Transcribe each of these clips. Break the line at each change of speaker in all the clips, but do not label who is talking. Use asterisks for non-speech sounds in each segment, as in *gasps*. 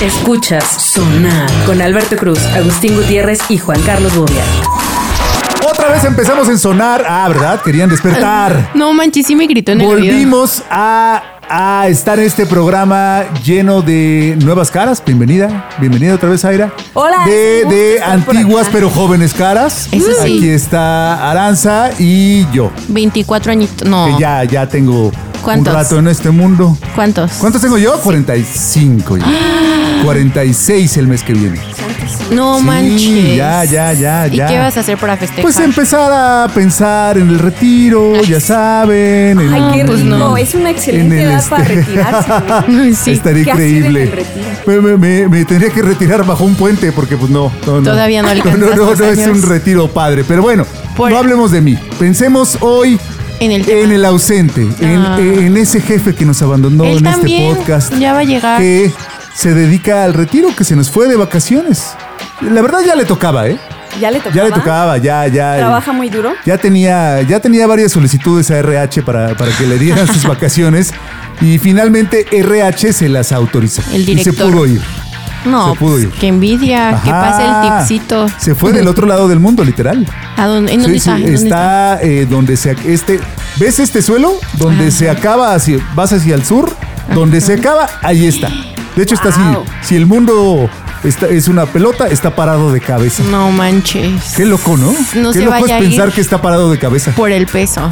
Escuchas Sonar con Alberto Cruz, Agustín Gutiérrez y Juan Carlos Bobia.
Otra vez empezamos en sonar. Ah, ¿verdad? Querían
*laughs*
despertar.
No manches, sí me gritó en el video.
Volvimos a, a estar en este programa lleno de nuevas caras. Bienvenida, bienvenida otra vez, Aira.
Hola,
De,
es un
de
gusto estar por
antiguas
acá.
pero jóvenes caras.
Eso sí.
Aquí está Aranza y yo,
24 añitos. No.
que ya, ya tengo
¿Cuántos?
un rato en este mundo.
¿Cuántos?
¿Cuántos tengo yo? 45.
*gasps*
ya. 46 el mes que viene.
No
Sí,
manches.
ya, ya, ya,
¿Y
ya.
qué vas a hacer para festejar?
Pues empezar a pensar en el retiro, ya saben. en-
Ay, qué
No,
rico.
pues no.
Es una excelente
En el
edad para
este- *laughs*
retirarse.
Sí.
Estaría
¿qué hacen en el
increíble. Me, me- me- me tendría que retirar bajo un puente porque pues no. no, no.
Todavía no
*laughs*
alcanzas
No, no,
los
no es
años.
un retiro padre. Pero bueno,
Por-
no hablemos de mí. Pensemos hoy
En el tema.
en el ausente, en- eh,
Ah.
en, ese jefe que nos abandonó
Él
en
también
este podcast.
ya va a llegar.
Que se dedica al retiro, que se nos fue de vacaciones. La verdad ya le tocaba, ¿eh?
Ya le tocaba.
Ya le tocaba, ya, ya. eh,
Trabaja muy duro.
Ya tenía, ya tenía varias solicitudes a RH para, para que le dieran
*laughs*
sus vacaciones. Y finalmente RH se las autorizó.
El
Y se
director.
pudo ir.
No,
se pudo
pues,
ir.
qué envidia. Que pase el
Ajá.
tipsito.
Se fue del otro lado del mundo, literal.
¿A dónde, ¿En dónde
Sí, sí,
está? ¿En dónde
está eh, donde se ac- este ves este suelo donde
Ajá.
se acaba hacia vas hacia el sur donde se acaba ahí está. De hecho está así.
Wow.
Si el mundo está- es una pelota está parado de cabeza.
No manches.
Qué loco, ¿no?
No
Qué
se
loco
vaya
es
a ir.
pensar que está parado de cabeza.
Por
*laughs*
el peso.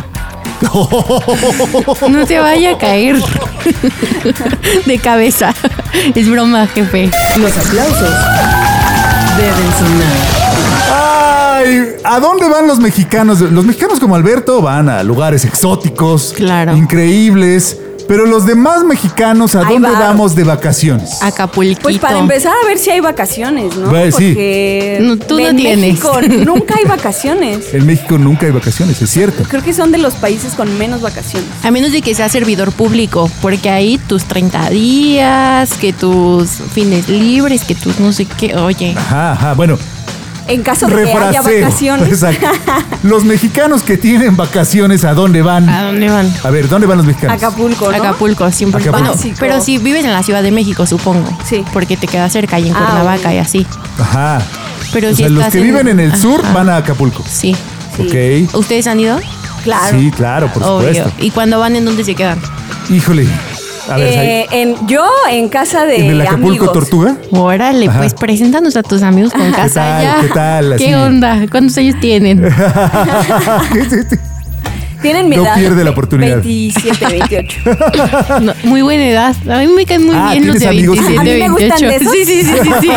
No te vaya a caer de cabeza. Es broma, jefe.
Pues
Los aplausos deben sonar.
Ay, ¿a dónde van los mexicanos? Los mexicanos como Alberto van a lugares exóticos,
Claro.
increíbles, pero los demás mexicanos, ¿a
Ahí
dónde
va.
vamos de vacaciones?
Acapulquito.
Pues para empezar a ver si hay vacaciones, ¿no? Eh,
Pues, sí.
Porque
No, tú no
en
tienes.
México nunca hay vacaciones.
En México nunca hay vacaciones, es cierto.
Creo que son de los países con menos vacaciones.
A menos de que sea servidor público, porque ahí tus 30 días, que tus fines libres, que tus no sé qué, oye.
Ajá, ajá, bueno,
En caso de que haya
refraseo. *laughs*
vacaciones.
Exacto.
*laughs*
Los mexicanos que tienen vacaciones, ¿a dónde van?
¿A dónde van?
A ver, ¿dónde van los mexicanos?
Acapulco, ¿no?
Acapulco, siempre.
Acapulco.
Bueno, pero si vives en la Ciudad de México, supongo.
Sí.
Porque te queda cerca y en
Ah,
Cuernavaca
ok.
y así.
Ajá.
Pero
o
si
sea, los
estás
que viven en el sur
Ajá.
van a Acapulco.
Sí.
Sí.
Ok.
¿Ustedes han ido?
Claro.
Sí, claro, por supuesto.
¿Y cuando van en dónde se quedan?
Híjole. A ver,
Eh, en, yo en casa de
¿en el Acapulco
amigos.
Tortuga?
Órale,
Ajá.
pues preséntanos a tus amigos con casa
tal?
ya.
¿Qué tal? Así.
¿Qué onda? ¿Cuántos años tienen?
Tienen mi
No
edad.
pierde la oportunidad.
27,
*laughs*
28.
No, muy buena edad. A mí me caen muy
Ah,
bien los de
¿tienes amigos que-
27,
A mí me
28.
gustan de esos.
Sí, sí, sí,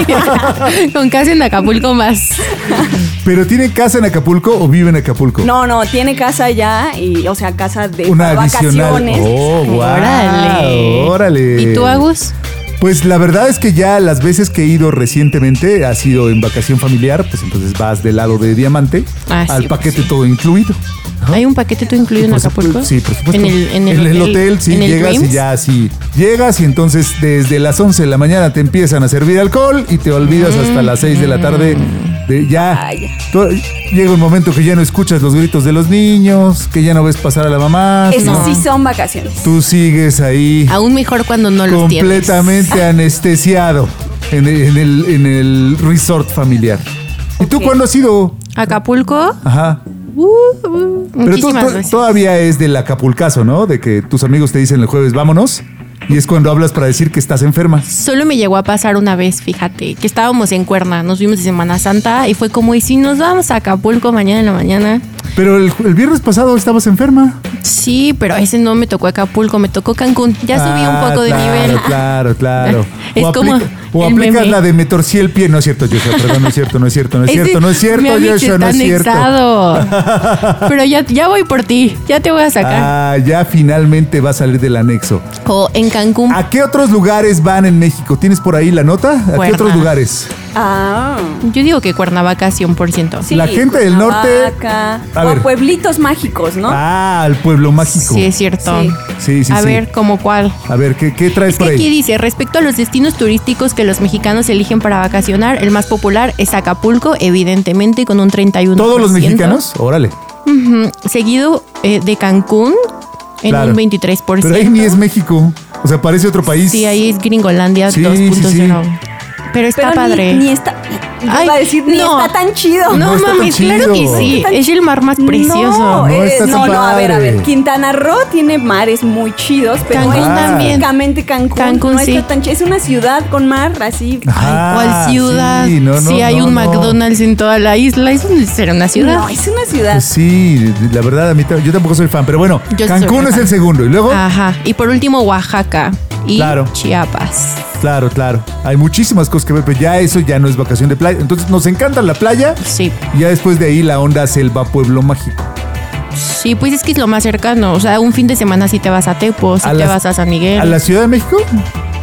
*laughs*
sí, sí. Con casi en Acapulco más.
*laughs* ¿Pero tiene casa en Acapulco o vive en Acapulco?
No, no, tiene casa ya y, o sea, casa de
Una
para
adicional.
vacaciones.
Oh, guau,
Órale.
Órale.
¿Y tú, Agus?
Pues la verdad es que ya las veces que he ido recientemente ha sido en vacación familiar, pues entonces vas del lado de Diamante
Ah, sí,
al
pues
paquete
sí.
todo incluido.
¿Hay un paquete tú incluido en
Por
Acapulco?
supuesto, sí, por supuesto.
En el, en el,
hotel, sí,
en el
llegas y
Dreams?
ya así. Llegas y entonces desde las 11 de la mañana te empiezan a servir alcohol y te olvidas
Mm.
hasta las 6 de la tarde. De, ya.
Ay.
To- llega un momento que ya no escuchas los gritos de los niños, que ya no ves pasar a la mamá.
Eso
No.
sí son vacaciones.
Tú sigues ahí
Aún mejor cuando no los tienes. Ah.
completamente anestesiado en el, en el- en el resort familiar. ¿Y tú
Ok.
cuándo has ido?
Acapulco,
Ajá.
uh, uh,
Pero tú,
muchísimas
tú-
veces.
todavía es del acapulcazo, ¿no? De que tus amigos te dicen el jueves, vámonos. Y es cuando hablas para decir que estás enferma.
Solo me llegó a pasar una vez, fíjate, que estábamos en Cuerna, nos vimos de Semana Santa y fue como, ¿y si nos vamos a Acapulco mañana en la mañana?
Pero el, el viernes pasado estabas enferma.
Sí, pero ese no me tocó Acapulco, me tocó Cancún. Ya subí un
Ah,
poco de
claro,
nivel.
Claro, claro.
*laughs* Es
o
como
aplica- o
el
aplicas
meme.
la de me torcí el pie. No es cierto, Joshua, perdón, no es cierto, no es cierto, no es
*laughs* Ese-
cierto, no es
mi
cierto,
Amix
Joshua,
está
no es cierto. *laughs*
anexado. Pero ya, ya voy por ti, ya te voy a sacar.
Ah, ya finalmente va a salir del anexo.
O en Cancún.
¿A qué otros lugares van en México? ¿Tienes por ahí la nota? ¿A qué
Cuerna.
otros lugares?
Ah.
Yo digo que Cuernavaca 100%.
Sí,
La gente del norte-
Cuernavaca,
A
o
ver.
pueblitos mágicos, ¿no?
Ah, al pueblo mágico.
Sí, es cierto.
Sí.
Sí, sí,
a
sí.
ver, ¿cómo cuál?
A ver, ¿qué, qué traes
Es que
por
aquí
ahí?
dice, respecto a los destinos turísticos que los mexicanos eligen para vacacionar, el más popular es Acapulco, evidentemente, con un 31%.
¿Todos los mexicanos? Órale.
Ujú. Seguido eh, de Cancún, en
Claro.
un 23%.
Pero ahí ni es México. O sea, parece otro país.
Sí, ahí es Gringolandia
Sí, sí,
2.0.
sí.
Pero está
Pero ni-
padre.
Ni, está. yo
Ay,
iba a decir, ni
no.
está tan chido.
No,
No está tan
mames, claro que
chido.
sí. Es el mar más
No,
Ah, precioso.
No,
eh,
está
no,
tan
no, a ver, a ver.
padre.
Quintana Roo tiene mares muy chidos, pero
Cancún
es
también.
específicamente Cancún.
Cancún,
no
sí.
está tan chido. Es una ciudad con mar así.
Ajá,
¿Cuál ciudad?
Ah, sí, no, no,
si hay
no,
un
no.
McDonald's en toda la isla, eso no será una ciudad.
No, es una ciudad.
Pues sí, la verdad, a mí ta- yo tampoco soy fan, pero bueno,
Yo sí soy
Cancún
muy
es
fan. Ah.
el segundo. Y luego,
Ajá. Y por último, Oaxaca y
Claro.
Chiapas.
claro, claro, hay muchísimas cosas que ver, pero ya eso ya no es vacación de playa. Entonces nos encanta la playa
Sí.
y ya después de ahí la onda selva pueblo mágico.
Sí, pues es que es lo más cercano. O sea, un fin de semana sí te vas a Tepo, sí
A
te
las-
vas a San Miguel.
¿A la Ciudad de México?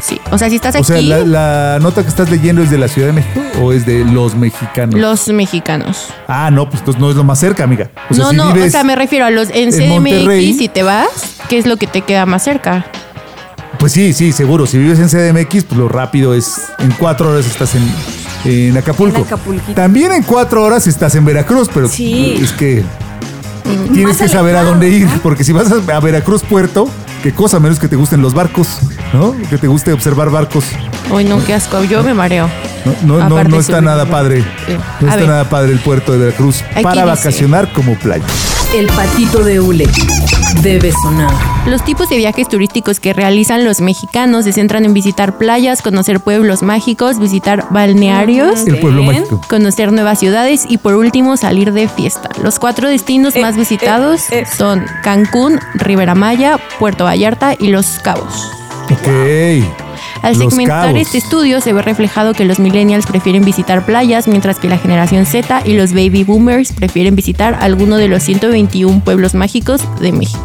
Sí. O sea, si estás
O sea,
Eh. aquí,
la, la nota que estás leyendo es de la Ciudad de México o es de los mexicanos.
los mexicanos.
Ah, no, pues entonces no es lo más cerca, amiga. O sea,
no,
si
no,
vives-
o sea, me refiero a los en,
en Monterrey.
CDMX, si te vas, ¿qué es lo que te queda más cerca?
Pues sí, sí, seguro. Si vives en CDMX, pues lo rápido es. En cuatro horas estás en, en Acapulco.
En Acapulquito.
También en cuatro horas estás en Veracruz, pero
Sí.
es que tienes
Más
que saber a
alejado,
dónde ir, porque si vas a, a Veracruz Puerto, qué cosa a menos que te gusten los barcos, ¿no? Que te guste observar barcos.
Uy, no, qué asco. Yo me mareo.
No, no, no,
Aparte
no
de
está
subir
nada
los
padre.
barcos. Eh,
No
a
está
ver.
nada padre el puerto de Veracruz
Aquí
para
dice.
vacacionar como playa.
El patito de hule debe sonar.
Los tipos de viajes turísticos que realizan los mexicanos se centran en visitar playas, conocer pueblos mágicos, visitar balnearios,
El pueblo
Bien.
mágico.
conocer nuevas ciudades y por último salir de fiesta. Los cuatro destinos
Eh,
más visitados
eh, eh.
son Cancún, Rivera Maya, Puerto Vallarta y Los Cabos.
Ok.
Al
Los
segmentar
Cabos.
este estudio se ve reflejado que los millennials prefieren visitar playas, mientras que la generación Z y los baby boomers prefieren visitar alguno de los 121 pueblos mágicos de México.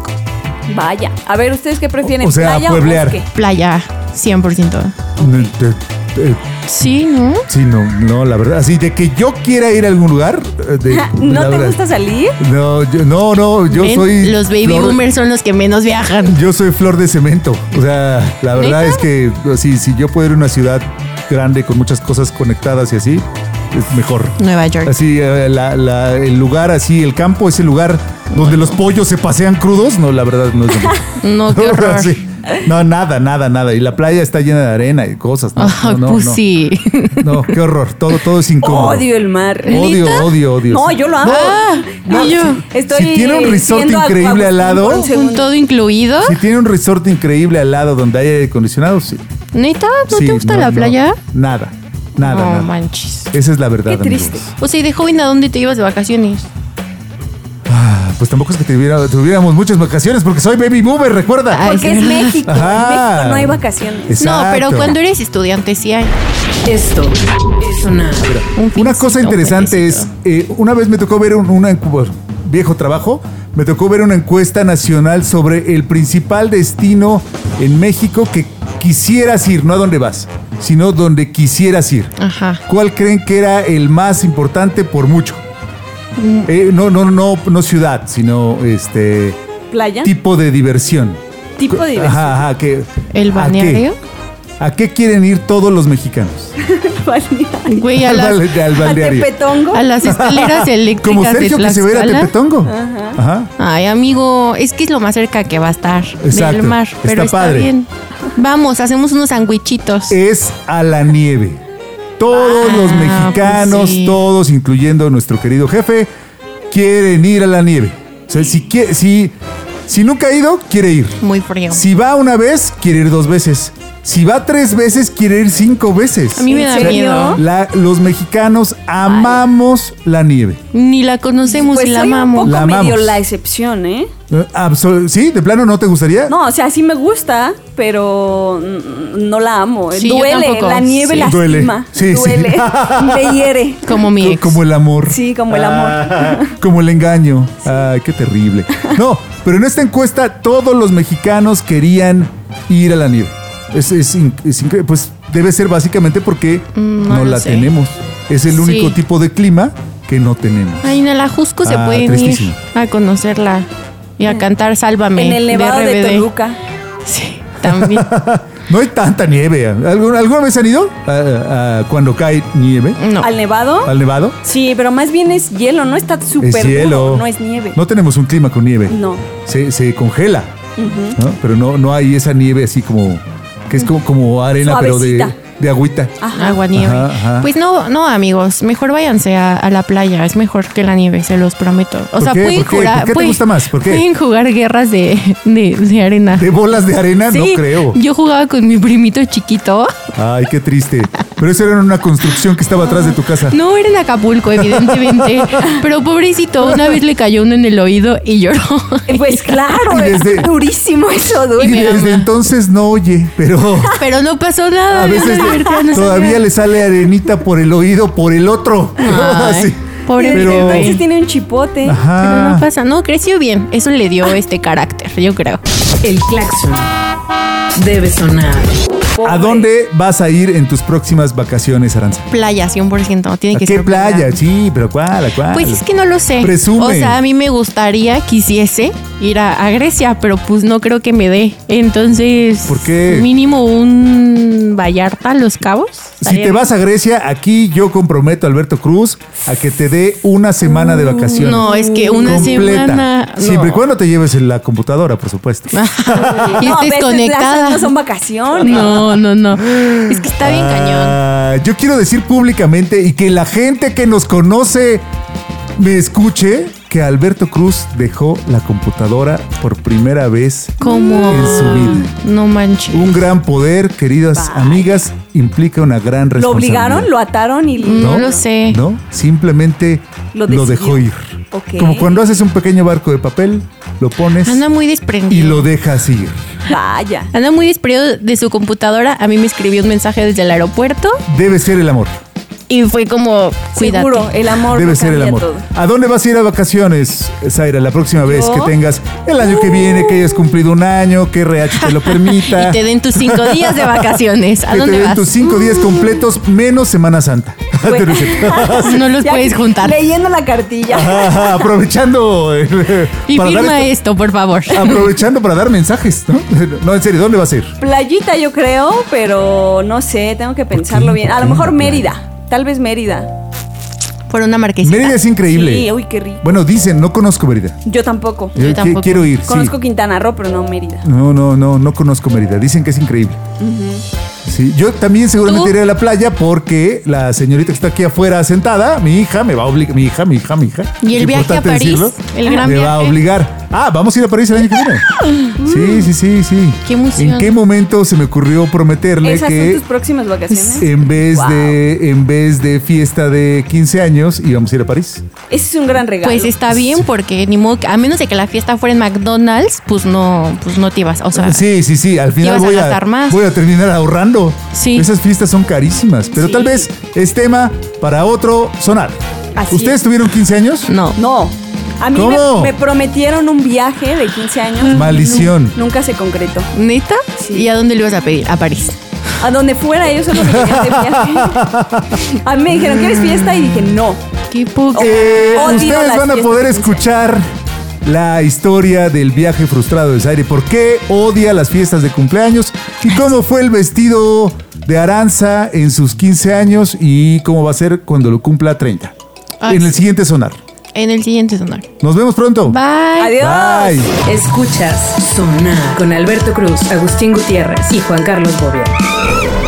Vaya. A ver, ¿ustedes qué prefieren?
Pues, O sea,
¿Playa
pueblear.
o bosque?
Playa, 100%.
Eh, eh,
Sí, ¿no?
Sí, no, no, la verdad. Así de que yo quiera ir a algún lugar. eh,
*laughs*
de-
¿No
la
te
verdad.
gusta salir?
No, yo, no, no, yo
Ven,
soy.
los baby
flor-
boomers son los que menos viajan.
Yo soy flor de cemento. O sea, la verdad
¿Neta?
es que si, si yo puedo ir a una ciudad grande con muchas cosas conectadas y así, es mejor.
Nueva York.
Así, eh, la- la- el lugar así, el campo es el lugar donde los pollos se pasean crudos. No, la verdad
*laughs*
no es lo mío.
No, qué horror.
*laughs* Sí. No, nada, nada, nada. Y la playa está llena de arena y cosas. No,
Ah,
no, no,
pues
no.
sí.
No, qué horror. Todo, todo es incómodo.
Odio el mar.
Odio, odio, odio.
No, yo lo amo.
Ah, y yo.
Estoy
Si tiene un resort
viendo a
increíble
Agustín
al lado.
por un
¿Con
segundo.
todo incluido?
Si tiene un resort increíble al lado donde hay aire acondicionado, sí.
¿Neta? ¿No
Sí,
te gusta
no,
la
no.
playa?
Nada, nada,
no
nada.
manches.
Esa es la verdad.
Qué
amigos.
triste.
O sea, ¿y de joven a dónde te ibas de vacaciones?
Ah, Pues tampoco es que tuviera- tuviéramos muchas vacaciones porque soy baby boomer, recuerda.
Ay,
Porque
es
es
verdad.
México.
Ajá.
En México no hay vacaciones.
No, pero
Exacto.
cuando eres estudiante sí hay.
Esto es sonar.
Un
Una
fincito,
cosa
un
interesante es,
puentecito.
eh, una vez me tocó ver un, una encu- bueno, viejo trabajo, me tocó ver una encuesta nacional sobre el principal destino en México que quisieras ir, no a dónde vas, sino donde quisieras ir.
Ajá.
¿Cuál creen que era el más importante por mucho?
Mm.
Eh, no, no, no, no ciudad, sino este
Playa.
tipo de diversión.
Tipo de diversión.
Ajá, ajá, que-
¿El
¿a
balneario?
qué? ¿A qué quieren ir todos los mexicanos?
*laughs* Balneario.
*laughs*
Güey, a
Al
las,
bal- al
A
balneario.
Tepetongo.
a
*laughs*
las escaleras eléctricas
Como Sergio
de
que se va a ir a
Tlaxcala.
Tepetongo. Ajá.
Ay, amigo, es que es lo más cerca que va a estar
Exacto.
del mar,
Está
pero está,
padre. Eh,
bien. Vamos, hacemos unos sandwichitos.
Es a la nieve. Todos
Ah,
los mexicanos,
pues sí.
todos, incluyendo nuestro querido jefe, quieren ir a la nieve. O sea, si, quie- si, si nunca ha ido, quiere ir.
Muy frío.
Si va una vez, quiere ir dos veces. Si va tres veces, quiere ir cinco veces.
A mí me
¿En
da
serio?
miedo.
La- los mexicanos amamos la nieve.
Ni la conocemos
Pues
y la
soy
amamos.
un poco
La
medio
amamos.
la excepción, ¿eh?
Eh, absol- ¿Sí? ¿De plano no te gustaría?
No, o sea, sí me gusta, pero mm, no la amo.
Sí, yo
duele,
tampoco.
la nieve
Sí.
Duele.
lastima.
Sí, sí.
duele.
*laughs*
Me hiere.
Como mi
Co-
ex.
Como el amor.
Sí, como el amor.
Ah, como el engaño. Ay, qué terrible. No, pero en esta encuesta todos los mexicanos querían ir a la nieve. Es, es in- es increíble. Pues debe ser básicamente porque
Mm, no
no
lo
la
sé.
tenemos. Es el único
Sí.
tipo de clima que no tenemos.
Ay, en el Ajusco se
Ah,
pueden
tristísimo.
ir a conocerla y a cantar Sálvame
En el nevado de,
RBD.
Toluca.
Sí, también.
*laughs* No hay tanta nieve. ¿Alguna, alguna vez han ido? Ah, ah, ah, cuando cae nieve.
No.
¿Al nevado?
¿Al nevado?
Sí, pero más bien es hielo, no está súper
Es
duro,
hielo.
no es nieve.
No tenemos un clima con nieve.
No.
Se, se congela. ¿no? Pero no, no hay esa nieve así como. que es como, como arena, pero de.
Suavecita.
de agüita.
Ajá.
Agua, nieve.
Ajá, ajá.
Pues no, no, amigos. Mejor váyanse a, a la playa. Es mejor que la nieve, se los prometo. O
¿Por
sea,
qué?
pueden
¿Por qué?
jugar.
¿Por qué te
pueden-
gusta más? ¿Por qué?
Pueden jugar guerras de, de, de arena.
¿De bolas de arena? No
Sí,
creo.
Yo jugaba con mi primito chiquito.
Ay, qué triste. Pero eso era una construcción que estaba atrás de tu casa.
No era en Acapulco,
*laughs*
evidentemente. pero pobrecito, una vez le cayó uno en el oído y lloró. *laughs*
Pues claro,
Y desde-
es *laughs* durísimo eso,
Y
duele.
desde entonces no oye,
*laughs*
pero
Pero no pasó nada.
a
yo me
veces
divertí, no
todavía
sabía.
le sale arenita por el oído, por el otro. *laughs*
Ay,
Así.
pobre
pero, ah.
Entonces tiene un chipote.
Pero
Ajá.
no pasa. No, creció bien. Eso le dio este carácter, yo creo.
El claxon debe sonar.
¿A dónde vas a ir en tus próximas vacaciones, Aranza?
Playa, 100%. Tiene
¿A
que
qué
ser
playa? Sí, pero ¿cuál? ¿A cuál?
Pues es que no lo sé.
Ah. Presume.
O sea, a mí me gustaría, quisiese ir a, a Grecia, pero pues no creo que me dé. Entonces,
¿Por qué?
mínimo un Vallarta, Los Cabos.
Si te vas a Grecia, aquí yo comprometo a Alberto Cruz a que te dé una semana de vacaciones.
Mm, No, es que una
completa.
semana. no. Ah,
Siempre y cuando te lleves la computadora, por supuesto.
Y
No,
estés
ves, las
conectada.
no son vacaciones.
No, no, no. Es que está bien cañón.
Ah, Yo quiero decir públicamente y que la gente que nos conoce me escuche que Alberto Cruz dejó la computadora por primera vez
Como.
en su vida.
No manches.
Un gran poder, queridas
Vaya.
amigas, implica una gran
¿Lo
responsabilidad.
obligaron? ¿Lo ataron? y
No lo sé.
No, simplemente lo,
Lo
dejó ir.
decidió. Ok.
Como cuando haces un pequeño barco de papel, lo pones
Anda muy
y
desprendido.
lo dejas ir.
Vaya.
Anda muy desprendido de su computadora. A mí me escribió un mensaje desde el aeropuerto
Debe ser el amor.
y fue como, cuídate.
Seguro, el amor
Debe
lo
ser el
cambia
amor.
todo.
*laughs* ¿A dónde vas a ir a vacaciones, Zaira, la próxima vez que tengas el año que viene, que hayas cumplido un año, que RH
*laughs*
te lo permita?
Y te den tus cinco días de vacaciones. ¿A
que te
dónde
den
vas? Mm.
tus cinco días completos menos Semana Santa. *laughs*
Bueno.
*laughs*
*laughs*
*laughs* No los
Ya
puedes
que-
juntar.
Leyendo la cartilla.
Ajá, aprovechando el-
*laughs* Y
para Ah, dar
firma
esto-
esto, por favor.
aprovechando para dar mensajes, ¿no? *laughs* No, en serio, ¿dónde vas a ir?
Playita yo creo, pero no sé, tengo que pensarlo
Pues
bien. A lo mejor Mérida, tal vez Mérida.
Por una marquesina.
Mérida es increíble.
Sí, uy, qué rico.
Bueno, dicen, no conozco Mérida.
Yo tampoco.
Yo, qui-
tampoco.
quiero ir. sí.
Conozco Quintana Roo, pero no Mérida.
No, no, no, no conozco Mérida. Dicen que es increíble. Sí, yo también seguramente
¿Tú?
iré a la playa porque la señorita que está aquí afuera sentada, mi hija, me va a obligar. Mi hija, mi hija, mi hija.
Y el
Es
viaje a
importante
París, el gran
me va a
viaje.
obligar. Ah, vamos a ir a París el año que
*laughs*
viene. Sí, sí, sí, sí.
Qué emoción.
¿En qué momento se me ocurrió prometerle
¿Esas
que
son tus próximas vacaciones?
en vez
Wow.
de en vez de fiesta de 15 años íbamos a ir a París?
Ese es un gran regalo.
Pues está bien porque ni modo que- a menos de que la fiesta fuera en McDonald's, pues no, pues no te ibas. O sea,
Sí, sí, sí. Al final
ibas a
voy a,
gastar más.
voy a terminar ahorrando.
Sí.
Esas fiestas son carísimas. Pero
Sí.
tal vez es tema para otro sonar.
Así
¿Ustedes
es.
tuvieron 15 años?
no.
No. A mí
¿Cómo?
me, me prometieron un viaje de 15 años.
Maldición.
Nu- Nunca se concretó.
¿Neta?
Sí.
¿Y a dónde le ibas a pedir? A París.
A donde fuera, yo solo me quería de viaje. A mí me dijeron, ¿quieres fiesta? Y dije, no.
Qué poca.
Eh,
Odio
ustedes
las
van a
fiestas
poder
de 15
escuchar la historia del viaje frustrado de Zaire. ¿Por qué odia las fiestas de cumpleaños? ¿Y cómo fue el vestido de Aranza en sus 15 años? ¿Y cómo va a ser cuando lo cumpla 30?
Ay,
en el
sí.
siguiente sonar.
En el siguiente sonar.
Nos vemos pronto.
Bye.
Adiós.
Bye.
Escuchas Sonar con Alberto Cruz, Agustín Gutiérrez y Juan Carlos Bobia.